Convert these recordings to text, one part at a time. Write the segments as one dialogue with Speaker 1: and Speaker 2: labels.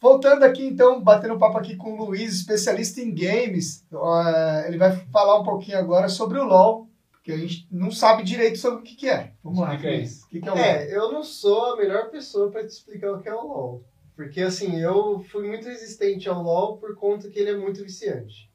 Speaker 1: Continuando aqui, então, batendo um papo aqui com o Luiz, especialista em games, uh, ele vai falar um pouquinho agora sobre o LoL, porque a gente não sabe direito sobre o que, que é. Vamos lá,
Speaker 2: Explica
Speaker 1: Luiz. O que, que é o LoL?
Speaker 3: É, eu não sou a melhor pessoa pra te explicar o que é o LoL. Porque, assim, eu fui muito resistente ao LoL por conta que ele é muito viciante.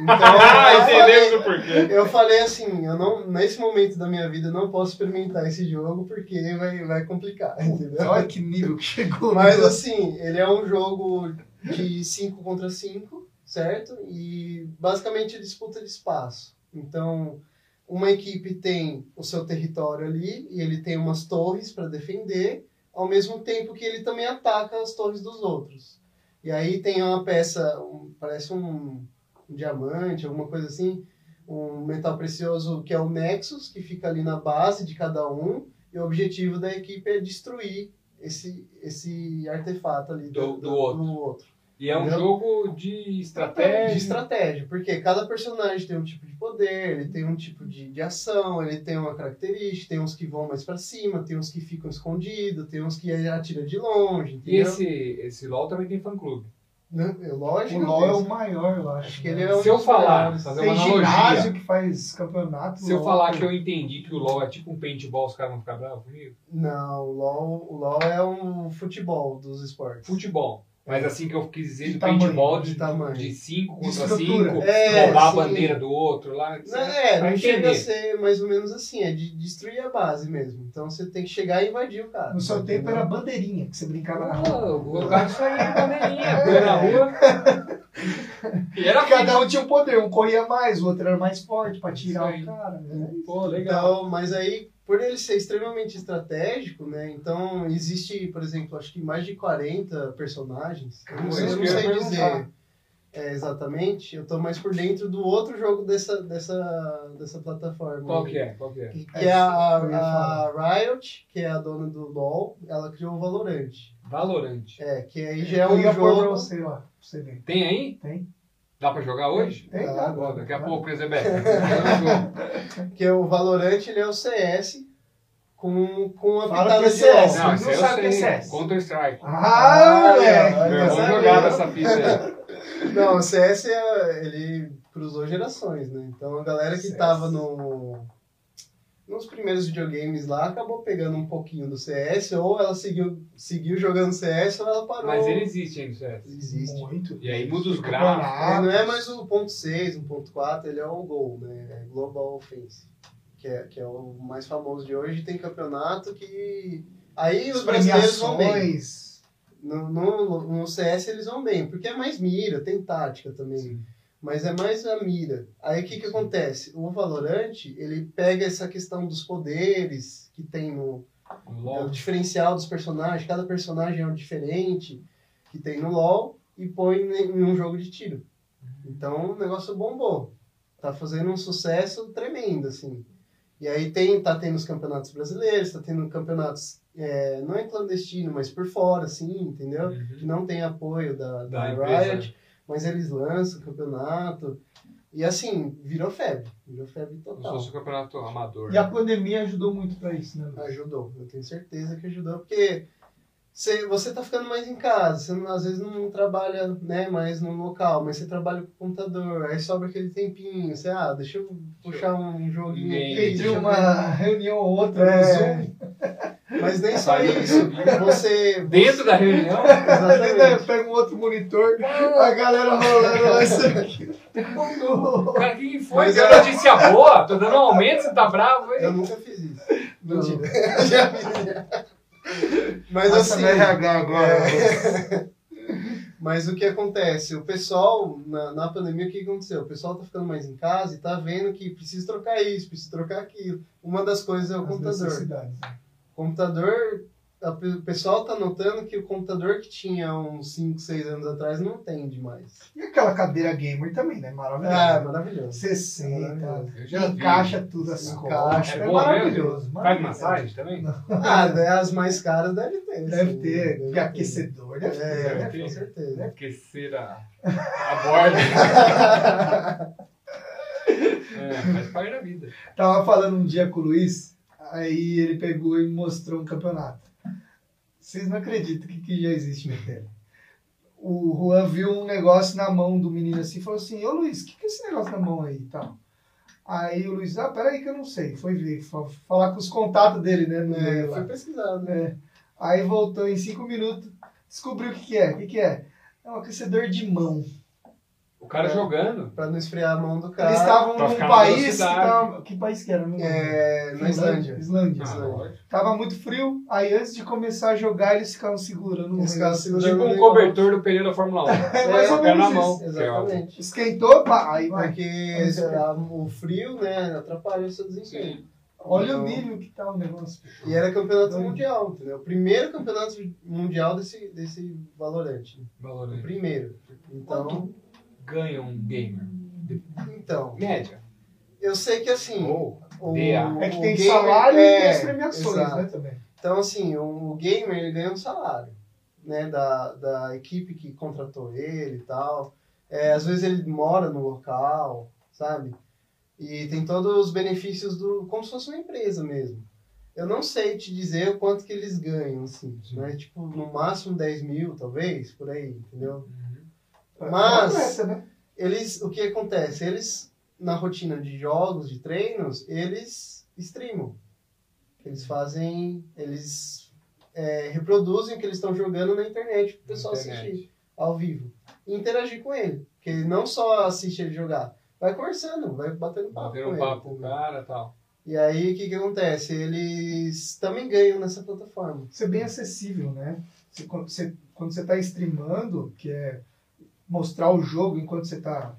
Speaker 3: Então,
Speaker 2: Ah,
Speaker 3: eu
Speaker 2: entendemos
Speaker 3: falei,
Speaker 2: o porquê.
Speaker 3: eu falei assim, eu não, nesse momento da minha vida eu não posso experimentar esse jogo porque vai, vai complicar, entendeu?
Speaker 1: Olha que nível que chegou.
Speaker 3: Mas
Speaker 1: né?
Speaker 3: assim, ele é um jogo de 5 contra 5, certo? E basicamente é disputa de espaço. Então, uma equipe tem o seu território ali e ele tem umas torres para defender, ao mesmo tempo que ele também ataca as torres dos outros. E aí tem uma peça, um- parece um, um diamante, alguma coisa assim, um metal precioso que é o Nexus, que fica ali na base de cada um, e o objetivo da equipe é destruir esse, esse artefato ali
Speaker 2: Do-
Speaker 3: do,
Speaker 2: do outro.
Speaker 3: do outro.
Speaker 2: E é um
Speaker 3: Entendeu?
Speaker 2: jogo de estratégia.
Speaker 3: De estratégia, porque cada personagem tem um tipo de poder, ele tem um tipo de, de ação, ele tem uma característica, tem uns que vão mais pra cima, tem uns que ficam escondidos, tem uns que atira de longe,
Speaker 2: E
Speaker 3: entendeu?
Speaker 2: esse, esse LOL também tem fã-clube.
Speaker 3: Né? É lógico.
Speaker 1: O LoL é o maior, eu acho.
Speaker 3: Acho que ele
Speaker 1: né?
Speaker 3: é um
Speaker 2: Se eu
Speaker 3: dos
Speaker 2: falar,
Speaker 3: melhores.
Speaker 2: fazer
Speaker 1: Tem
Speaker 2: uma
Speaker 1: ginásio
Speaker 2: analogia.
Speaker 1: que faz campeonato.
Speaker 2: Se eu
Speaker 1: LOL,
Speaker 2: falar que eu entendi que o LOL é tipo um paintball, os caras vão ficar bravos comigo.
Speaker 3: Não, o LoL, o LOL é um futebol dos esportes.
Speaker 2: Futebol. Mas assim que eu quis dizer
Speaker 1: De
Speaker 2: do
Speaker 1: tamanho,
Speaker 2: paintball
Speaker 3: de
Speaker 2: de,
Speaker 3: tamanho.
Speaker 2: de 5
Speaker 1: De
Speaker 2: contra 5,
Speaker 1: estrutura.
Speaker 3: É,
Speaker 2: roubar a
Speaker 3: sim.
Speaker 2: bandeira do outro lá, etc.
Speaker 3: Não, é,
Speaker 2: Pra
Speaker 3: não chega a
Speaker 2: entender.
Speaker 3: ser mais ou menos assim, é de destruir a base mesmo. Então você tem que chegar e invadir o cara.
Speaker 1: No seu tempo
Speaker 3: entendeu?
Speaker 1: era bandeirinha, que você brincava na rua.
Speaker 2: Pô, colocar isso aí na bandeirinha, pôr na rua. E era
Speaker 1: Cada um tinha um poder, um corria mais, o outro era mais forte pra tirar
Speaker 2: Ah, Isso aí.
Speaker 1: o cara. né?
Speaker 2: Pô, legal.
Speaker 3: Então, mas aí, por ele ser extremamente estratégico, né? Então, existe, por exemplo, acho que mais de 40 personagens. Eu não
Speaker 2: Pô,
Speaker 3: sei,
Speaker 2: isso
Speaker 3: eu não
Speaker 2: que eu ia
Speaker 3: sei
Speaker 1: perguntar.
Speaker 3: dizer é, exatamente. Eu tô mais por dentro do outro jogo dessa, dessa, dessa plataforma.
Speaker 2: Qual que é? Qual que é?
Speaker 3: Que, que
Speaker 1: É,
Speaker 3: é a,
Speaker 1: eu ia
Speaker 3: a,
Speaker 1: falar.
Speaker 3: Riot, que é a dona do LoL, ela criou o Valorant.
Speaker 2: Valorante.
Speaker 3: É, que aí já é
Speaker 1: eu
Speaker 3: um
Speaker 1: ia pôr pra
Speaker 3: jogo...
Speaker 1: você lá, pra você ver.
Speaker 2: Tem aí?
Speaker 1: Tem.
Speaker 2: Dá pra jogar hoje?
Speaker 1: Tem,
Speaker 3: Ah,
Speaker 1: cara.
Speaker 2: Pô, daqui a
Speaker 1: Tá.
Speaker 2: pouco, Elizabeth. Joga
Speaker 3: Que o Valorant, ele é o CS com, com a
Speaker 1: Fala
Speaker 3: pitada
Speaker 1: que é
Speaker 3: de
Speaker 1: CS,
Speaker 2: o
Speaker 3: LoL.
Speaker 2: jogo. Não,
Speaker 1: Não
Speaker 2: isso aí eu
Speaker 1: sabe o que é
Speaker 2: sei.
Speaker 1: CS.
Speaker 2: Counter Strike.
Speaker 1: Ah, moleque!
Speaker 3: Ah,
Speaker 2: Meu irmão
Speaker 3: sabia.
Speaker 2: jogava essa fita aí.
Speaker 3: Não, o CS é- ele cruzou gerações, né? Então a galera que
Speaker 1: CS.
Speaker 3: tava no nos primeiros videogames lá acabou pegando um pouquinho do CS, ou ela seguiu, seguiu jogando CS ou ela parou.
Speaker 2: Mas ele existe ainda, César.
Speaker 3: existe.
Speaker 1: Muito.
Speaker 2: E aí muda os gráficos.
Speaker 1: Campeonato.
Speaker 3: Ele não é mais o ponto .6, o ponto .4, ele é o GOL, né? É Global Offense, que é, que é o mais famoso de hoje. Tem campeonato que... Aí os brasileiros vão bem.
Speaker 1: Premiações.
Speaker 3: No, no, no CS eles vão bem, porque é mais mira, tem tática também.
Speaker 2: Sim.
Speaker 3: Mas é mais a mira. Aí o que, que acontece? O Valorant, ele pega essa questão dos poderes que tem no. É
Speaker 2: No
Speaker 3: O
Speaker 2: LOL.
Speaker 3: diferencial dos personagens, cada personagem é um diferente que tem no LoL e põe ne- em um jogo de tiro. Então o negócio bombou. Tá fazendo um sucesso tremendo, assim. E aí tem, tá tendo os campeonatos brasileiros, tá tendo campeonatos, é, não é clandestino, mas por fora, assim, entendeu? que não tem apoio da, da,
Speaker 2: Da empresa, né?
Speaker 3: Riot, mas eles lançam o campeonato. E assim, virou febre. Virou febre
Speaker 2: Como
Speaker 3: total.
Speaker 2: se fosse um campeonato amador.
Speaker 1: E a pandemia ajudou muito pra isso, né?
Speaker 3: Ajudou, eu tenho certeza que ajudou, porque você, você tá ficando mais em casa, você não- às vezes não trabalha né, mais no local, mas você trabalha com o computador, aí sobra aquele tempinho, você, ah, deixa eu puxar um joguinho aqui.
Speaker 2: Entendi.
Speaker 3: deixa
Speaker 1: Entre
Speaker 3: eu ver
Speaker 1: uma reunião ou outra no
Speaker 3: É.
Speaker 1: Zoom.
Speaker 3: Mas nem só isso, você...
Speaker 2: Dentro da reunião,
Speaker 3: Exatamente.
Speaker 1: Pega um outro monitor, a galera rolando lá isso aqui.
Speaker 2: cara, o que foi?
Speaker 3: Mas
Speaker 2: Deu
Speaker 3: era-
Speaker 2: notícia boa, tô dando um aumento, você tá bravo,
Speaker 3: Eu
Speaker 2: hein?
Speaker 3: nunca fiz isso.
Speaker 1: Não.
Speaker 3: Mentira. já fiz, já. Mas
Speaker 1: Passa
Speaker 3: assim...
Speaker 1: no RH agora.
Speaker 3: Mas o que acontece? O pessoal, na, na pandemia, o que aconteceu? O pessoal tá ficando mais em casa e tá vendo que precisa trocar isso, precisa trocar aquilo. Uma das coisas é o
Speaker 1: As
Speaker 3: computador.
Speaker 1: necessidades.
Speaker 3: O computador, a pe- o pessoal tá notando que o computador que tinha uns 5, 6 anos atrás não tem demais.
Speaker 1: E aquela cadeira gamer também, né?
Speaker 3: Ah,
Speaker 1: Maravilhosa.
Speaker 3: maravilhoso.
Speaker 1: 60.
Speaker 2: Eu já vi.
Speaker 1: Encaixa tudo as
Speaker 3: Encaixa.
Speaker 1: costas.
Speaker 2: É
Speaker 1: É,
Speaker 2: bom
Speaker 1: maravilhoso.
Speaker 2: Faz
Speaker 1: maravilhoso.
Speaker 2: massagem também?
Speaker 3: Ah, as mais caras deve ter.
Speaker 1: tá, Deve
Speaker 3: sim, né,
Speaker 1: ter. Porque
Speaker 3: ter.
Speaker 1: aquecedor deve ter.
Speaker 3: É,
Speaker 1: né?
Speaker 2: ter.
Speaker 3: com certeza.
Speaker 2: Aquecer a, a borda. né? É, faz parte da vida.
Speaker 1: Tava falando um dia com o Luiz, aí ele pegou e me mostrou um campeonato. Vocês não acreditam o que, que já existe na tela. o Juan viu um negócio na mão do menino assim, falou assim, ô Luiz, o que, que é esse negócio na mão aí e tal? Aí o Luiz, ah, peraí que eu não sei. Foi ver, fa- falar com os contatos dele, né? no
Speaker 3: É,
Speaker 1: meio lá.
Speaker 3: foi pesquisar, né?
Speaker 1: É. Aí voltou em cinco minutos, descobriu o que, que é. O que, que é? É um aquecedor de mão.
Speaker 2: O
Speaker 3: É.
Speaker 2: cara jogando.
Speaker 3: Pra não esfriar a mão do cara.
Speaker 1: Eles estavam
Speaker 2: pra
Speaker 1: num
Speaker 2: ficar na
Speaker 1: país que
Speaker 2: velocidade.
Speaker 1: tava... Que país que era? Não lembro.
Speaker 3: é, na Islândia.
Speaker 1: Islândia.
Speaker 2: Ah, lógico.
Speaker 1: Tava muito frio, aí antes de começar a jogar, eles ficaram segurando um
Speaker 3: Eles
Speaker 1: negócio.
Speaker 3: ficaram segurando
Speaker 2: tipo
Speaker 3: o
Speaker 2: um
Speaker 3: negócio.
Speaker 2: cobertor do pneu da Fórmula 1.
Speaker 1: É mais ou
Speaker 2: Pé na
Speaker 1: menos isso.
Speaker 2: mão.
Speaker 3: Exatamente.
Speaker 1: Esquentou, pá, aí vai.
Speaker 3: Porque
Speaker 1: é
Speaker 3: esperar o frio, né, atrapalha o seu desempenho.
Speaker 2: Sim.
Speaker 1: Olha o
Speaker 3: Então,
Speaker 1: milho que tá o negócio.
Speaker 3: E era campeonato
Speaker 1: Hum.
Speaker 3: mundial, entendeu? O primeiro campeonato mundial desse, desse Valorant. O
Speaker 2: Valorante.
Speaker 3: primeiro. Então,
Speaker 2: né? Ganha um gamer.
Speaker 3: então,
Speaker 2: Média.
Speaker 3: eu sei que assim,
Speaker 2: Ou
Speaker 3: o,
Speaker 2: DA.
Speaker 1: É que
Speaker 3: o
Speaker 1: tem
Speaker 3: gamer-
Speaker 1: salário e tem as
Speaker 3: é,
Speaker 1: premiações,
Speaker 3: exato.
Speaker 1: né, também.
Speaker 3: Então, assim, o, o gamer ele ganha um salário, né? Da, da equipe que contratou ele e tal. É, às vezes ele mora no local, sabe? E tem todos os benefícios do. como se fosse uma empresa mesmo. Eu não sei te dizer o quanto que eles ganham, assim,
Speaker 2: Sim.
Speaker 3: né? Tipo, no máximo 10 mil, talvez, por aí, entendeu?
Speaker 2: Uhum.
Speaker 3: Mas-
Speaker 1: É essa, né?
Speaker 3: Eles, o que acontece? Eles, na rotina de jogos, de treinos, eles streamam. Eles fazem, eles é, reproduzem o que eles estão jogando na internet para o pessoal
Speaker 2: Internet.
Speaker 3: assistir ao vivo. E interagir com ele. Porque ele não só assiste ele jogar, vai conversando, vai batendo papo
Speaker 2: Bater um
Speaker 3: com
Speaker 2: papo
Speaker 3: ele.
Speaker 2: pro
Speaker 3: entendeu?
Speaker 2: cara e tal.
Speaker 3: E aí, o que, que acontece? Eles também ganham nessa plataforma.
Speaker 1: Isso é bem acessível, né? Você- quando, você, quando você tá streamando, que é mostrar o jogo enquanto você tá...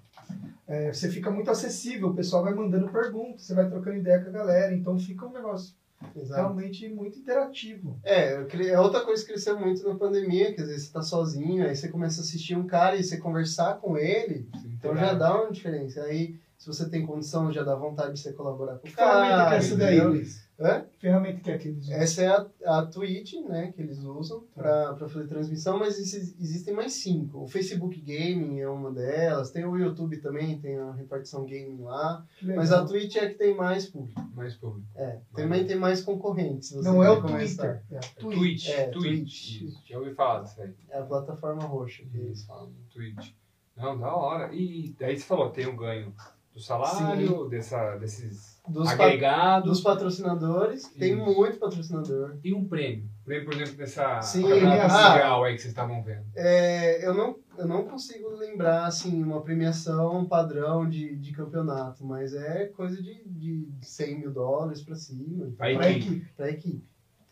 Speaker 1: é, você fica muito acessível, o pessoal vai mandando perguntas, você vai trocando ideia com a galera, então fica um negócio
Speaker 3: Exato.
Speaker 1: realmente muito interativo.
Speaker 3: É, eu cre- é outra coisa que cresceu muito na pandemia, que às vezes você tá sozinho, aí você começa a assistir um cara e você conversar com ele, Então
Speaker 1: Tá.
Speaker 3: já dá uma diferença. Aí, se você tem condição, já dá vontade de você colaborar com o
Speaker 1: Que ferramenta que
Speaker 3: cara.
Speaker 1: é essa daí,
Speaker 3: entendeu?
Speaker 1: Luiz?
Speaker 3: Hã?
Speaker 1: Que ferramenta que é aquele Zoom?
Speaker 3: Essa é a, a Twitch, né, que eles usam
Speaker 1: Tá.
Speaker 3: para fazer transmissão, mas exi- existem mais cinco. O Facebook Gaming é uma delas, tem o YouTube também, tem a repartição gaming lá.
Speaker 1: Que legal.
Speaker 3: Mas a Twitch é a que tem mais público.
Speaker 2: Mais público.
Speaker 3: É, também tem mais concorrentes. se você
Speaker 1: Não é o
Speaker 3: quiser começar.
Speaker 1: Twitter. É a Twitch.
Speaker 2: Twitch.
Speaker 3: É,
Speaker 2: Twitch.
Speaker 3: Twitch.
Speaker 2: Isso. Já ouvi falar disso aí.
Speaker 3: É a plataforma roxa que é eles falam.
Speaker 2: Twitch. Não, da hora. E daí você falou, tem um ganho do salário, dessa, desses
Speaker 3: Dos, pa-
Speaker 2: agregados
Speaker 3: dos patrocinadores, tem
Speaker 2: Isso.
Speaker 3: muito patrocinador.
Speaker 2: e um prêmio. Prêmio, por exemplo, dessa
Speaker 3: Sim,
Speaker 1: é,
Speaker 2: campeonato
Speaker 3: ah.
Speaker 2: mundial aí que vocês estavam vendo.
Speaker 3: É, eu, não, eu não consigo lembrar assim, uma premiação padrão de, de campeonato, mas é coisa de, de 100 mil dólares pra cima,
Speaker 2: Aí,
Speaker 1: Pra
Speaker 2: que,
Speaker 1: equipe.
Speaker 3: pra equipe.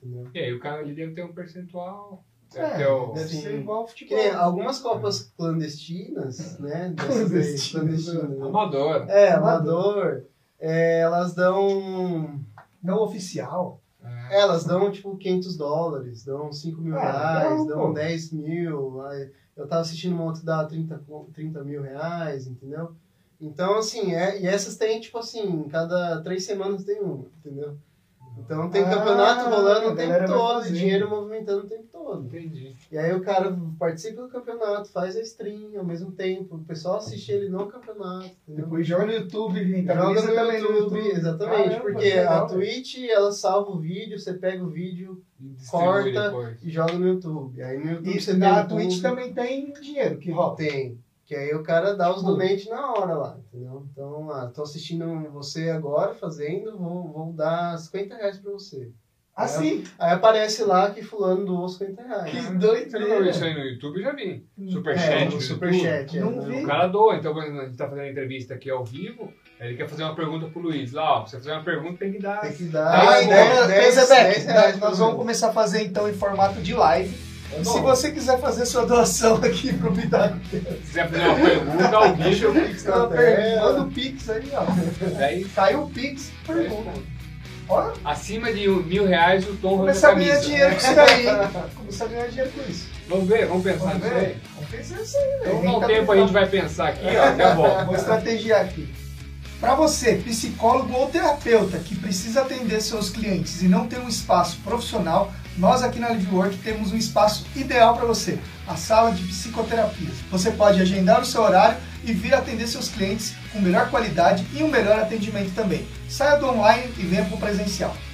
Speaker 3: Entendeu?
Speaker 2: e aí o cara ele deve ter um percentual. Deve
Speaker 1: É,
Speaker 2: ter o-
Speaker 1: deve
Speaker 3: Sim. é
Speaker 1: ser igual ao
Speaker 3: Porque
Speaker 1: futebol.
Speaker 3: nem algumas Copas clandestinas, né? dessas aí,
Speaker 1: Clandestinas.
Speaker 3: clandestinas, né?
Speaker 2: Amador.
Speaker 3: É, amador, é, elas dão. um
Speaker 1: Não oficial.
Speaker 2: É.
Speaker 3: Elas dão tipo 500 dólares, dão 5 mil
Speaker 1: Ah,
Speaker 3: reais,
Speaker 1: legal, pô.
Speaker 3: dão 10 mil. aí Eu tava assistindo uma outra que dava 30, co- 30 mil reais, entendeu? Então, assim, é, e essas tem, tipo assim, cada três semanas tem uma, entendeu? Então tem
Speaker 1: Ah,
Speaker 3: campeonato rolando
Speaker 1: a
Speaker 3: o tempo
Speaker 1: galera vai
Speaker 3: todo, e
Speaker 1: fazendo.
Speaker 3: dinheiro movimentando o tempo todo.
Speaker 2: Entendi.
Speaker 3: E aí o cara participa do campeonato, faz a stream ao mesmo tempo, o pessoal assiste ele no campeonato, entendeu?
Speaker 1: Depois joga no YouTube,
Speaker 3: Joga
Speaker 1: rentabiliza
Speaker 3: no
Speaker 1: também no
Speaker 3: YouTube,
Speaker 1: YouTube.
Speaker 3: exatamente,
Speaker 1: Caramba,
Speaker 3: porque
Speaker 1: que legal,
Speaker 3: a
Speaker 1: velho.
Speaker 3: Twitch ela salva o vídeo, você pega o vídeo
Speaker 2: E distribui
Speaker 3: Corta.
Speaker 2: depois.
Speaker 3: e joga no YouTube. Aí no YouTube você
Speaker 1: E
Speaker 3: tem
Speaker 1: na
Speaker 3: o
Speaker 1: Twitch
Speaker 3: público.
Speaker 1: também tem dinheiro que rola.
Speaker 3: Tem. Que aí o cara dá os
Speaker 1: Pô.
Speaker 3: donates na hora lá, entendeu? Então, ah, tô assistindo você agora fazendo, vou, vou dar 50 reais pra você.
Speaker 1: Assim,
Speaker 3: Aí aparece lá que fulano doou 50 reais.
Speaker 1: que
Speaker 2: Você não viu isso
Speaker 1: doideira.
Speaker 2: aí no YouTube? Eu já vi.
Speaker 3: É,
Speaker 2: Superchat.
Speaker 3: no
Speaker 2: no YouTube.
Speaker 3: superchat. é,
Speaker 1: Não
Speaker 3: né?
Speaker 1: vi.
Speaker 2: O cara doa. Então, por exemplo, a gente tá fazendo a entrevista aqui ao vivo, ele quer fazer uma pergunta pro Luiz. Lá, ó, pra você fazer uma pergunta, tem que dar.
Speaker 3: Tem que dar.
Speaker 1: Ah,
Speaker 2: Dez,
Speaker 1: ideia,
Speaker 3: dez,
Speaker 1: pensa, Beck,
Speaker 3: dez Tá reais
Speaker 1: nós-
Speaker 3: pra
Speaker 1: nós
Speaker 3: você.
Speaker 1: vamos começar a fazer então em formato de live.
Speaker 2: É
Speaker 1: Se
Speaker 2: bom.
Speaker 1: você quiser fazer sua doação aqui pro Bitar,
Speaker 2: Se quiser fazer uma pergunta ao vivo,
Speaker 1: tá
Speaker 3: na tela.
Speaker 1: manda o Pix aí, ó.
Speaker 2: daí
Speaker 1: Caiu o Pix, pergunta.
Speaker 2: responde.
Speaker 1: Olha,
Speaker 2: Acima de um mil reais o Tom vai
Speaker 1: começar a ganhar
Speaker 2: camisa. né?
Speaker 1: dinheiro com isso daí, hein? Começar a ganhar dinheiro com isso.
Speaker 2: Vamos ver, vamos pensar
Speaker 1: Vamos
Speaker 2: nisso
Speaker 1: ver?
Speaker 2: aí.
Speaker 1: Vamos pensar nisso aí, né? tá velho.
Speaker 2: Então dá um tempo a gente vai pensar aqui, ó. tá Já volto.
Speaker 1: Vou estrategiar aqui. Para você, psicólogo ou terapeuta que precisa atender seus clientes e não tem um espaço profissional, nós aqui na LiveWork temos um espaço ideal para você, a sala de psicoterapia. Você pode agendar o seu horário e vir atender seus clientes com melhor qualidade e um melhor atendimento também. Saia do online e venha para o presencial.